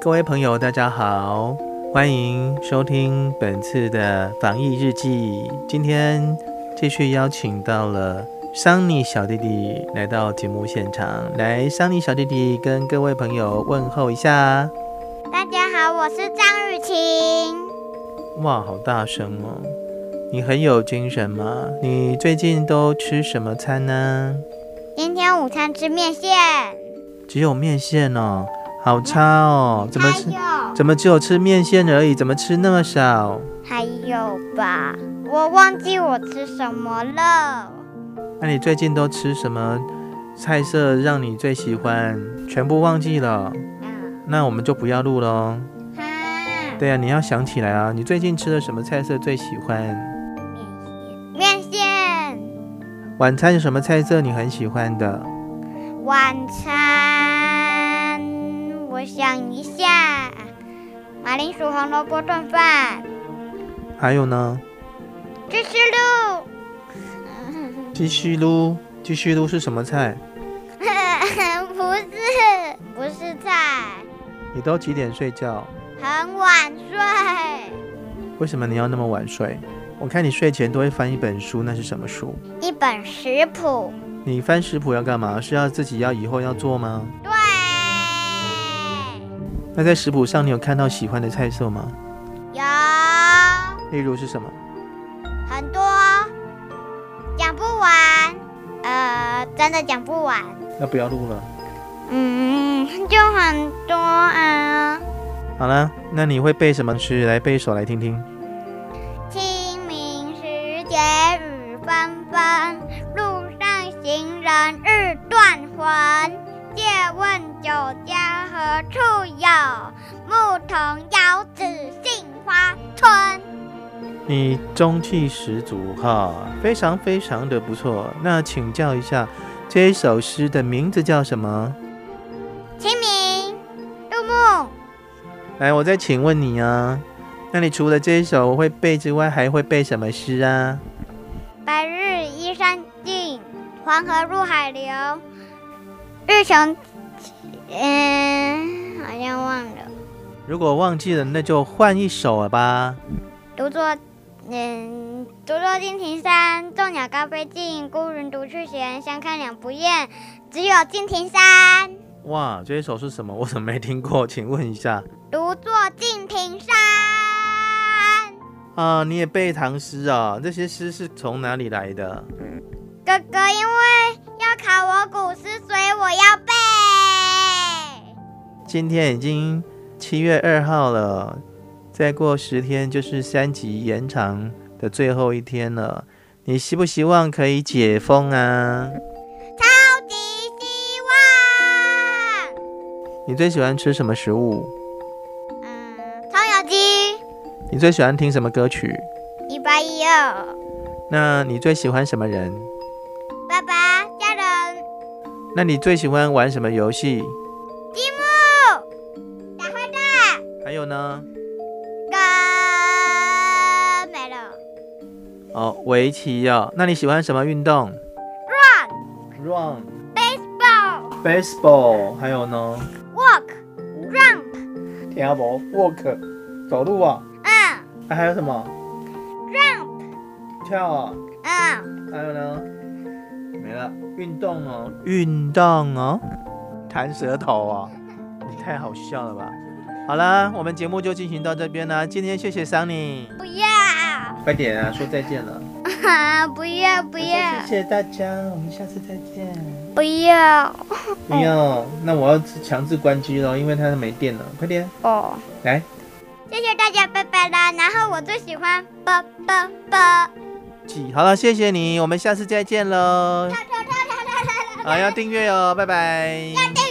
各位朋友，大家好，欢迎收听本次的防疫日记。今天继续邀请到了桑尼小弟弟来到节目现场，来，桑尼小弟弟跟各位朋友问候一下。大家好，我是张雨晴。哇，好大声哦！你很有精神嘛？你最近都吃什么餐呢？今天午餐吃面线，只有面线哦，好差哦！怎么吃？还有怎么只有吃面线而已？怎么吃那么少？还有吧，我忘记我吃什么了。啊那你最近都吃什么菜色让你最喜欢？全部忘记了，嗯，那我们就不要录喽。哈，对啊，你要想起来啊，你最近吃的什么菜色最喜欢？面线晚餐有什么菜色你很喜欢的？晚餐，我想一下，马铃薯红萝卜炖饭，还有呢？芝士路， 鸡须撸，鸡须撸是什么菜？不是，不是菜，你都几点睡觉？很晚睡。为什么你要那么晚睡？我看你睡前都会翻一本书，那是什么书？一本食谱。你翻食谱要干嘛？是要自己要以后要做吗？对，那在食谱上你有看到喜欢的菜色吗？有例如是什么？很多，讲不完，呃，真的讲不完。那不要录了。嗯，就很多啊。好了，那你会背什么诗？来背一首来听听。清明时节雨纷纷，路上行人欲断魂。借问酒家何处有？牧童遥指杏花村。你中气十足哈，非常非常的不错。那请教一下，这一首诗的名字叫什么？清明，入木。来，我再请问你啊，那你除了这一首会背之外，还会背什么诗啊？白日依山尽，黄河入海流。日穷，嗯、好像忘了。如果忘记了，那就换一首了吧。独坐，嗯，独坐敬亭山，众鸟高飞尽，孤云独去闲。相看两不厌，只有敬亭山。哇，这一首是什么？我怎么没听过？请问一下独坐敬亭山。啊，你也背唐诗啊？这些诗是从哪里来的？哥哥，因为要考我古诗，所以我要背。今天已经七月二号了，再过十天就是三级延长的最后一天了。你希不希望可以解封啊？超级希望。你最喜欢吃什么食物？嗯，葱油鸡你最喜欢听什么歌曲？一八一二，那你最喜欢什么人？爸爸家人，那你最喜欢玩什么游戏？积木，打坏蛋，还有呢？跟没了哦，围棋哦。那你喜欢什么运动，run ？Run、 ball baseball，还有呢 walk jump， ？Table、walk，走路啊。嗯还有什么？ jump，跳啊。嗯，还有呢？没了。运动哦，运动哦，弹舌头哦，你太好笑了吧！好啦，我们节目就进行到这边啦。今天谢谢桑尼，不要，啊快点啊，说再见了。不要不要谢谢大家，我们下次再见。不要不要，那我要强制关机了，因为它没电了。快点哦，来，谢谢大家，拜拜啦。然后我最喜欢啵啵啵，起好了，谢谢你，我们下次再见喽。跳跳跳跳跳跳跳啊，要订阅哦，拜拜。要订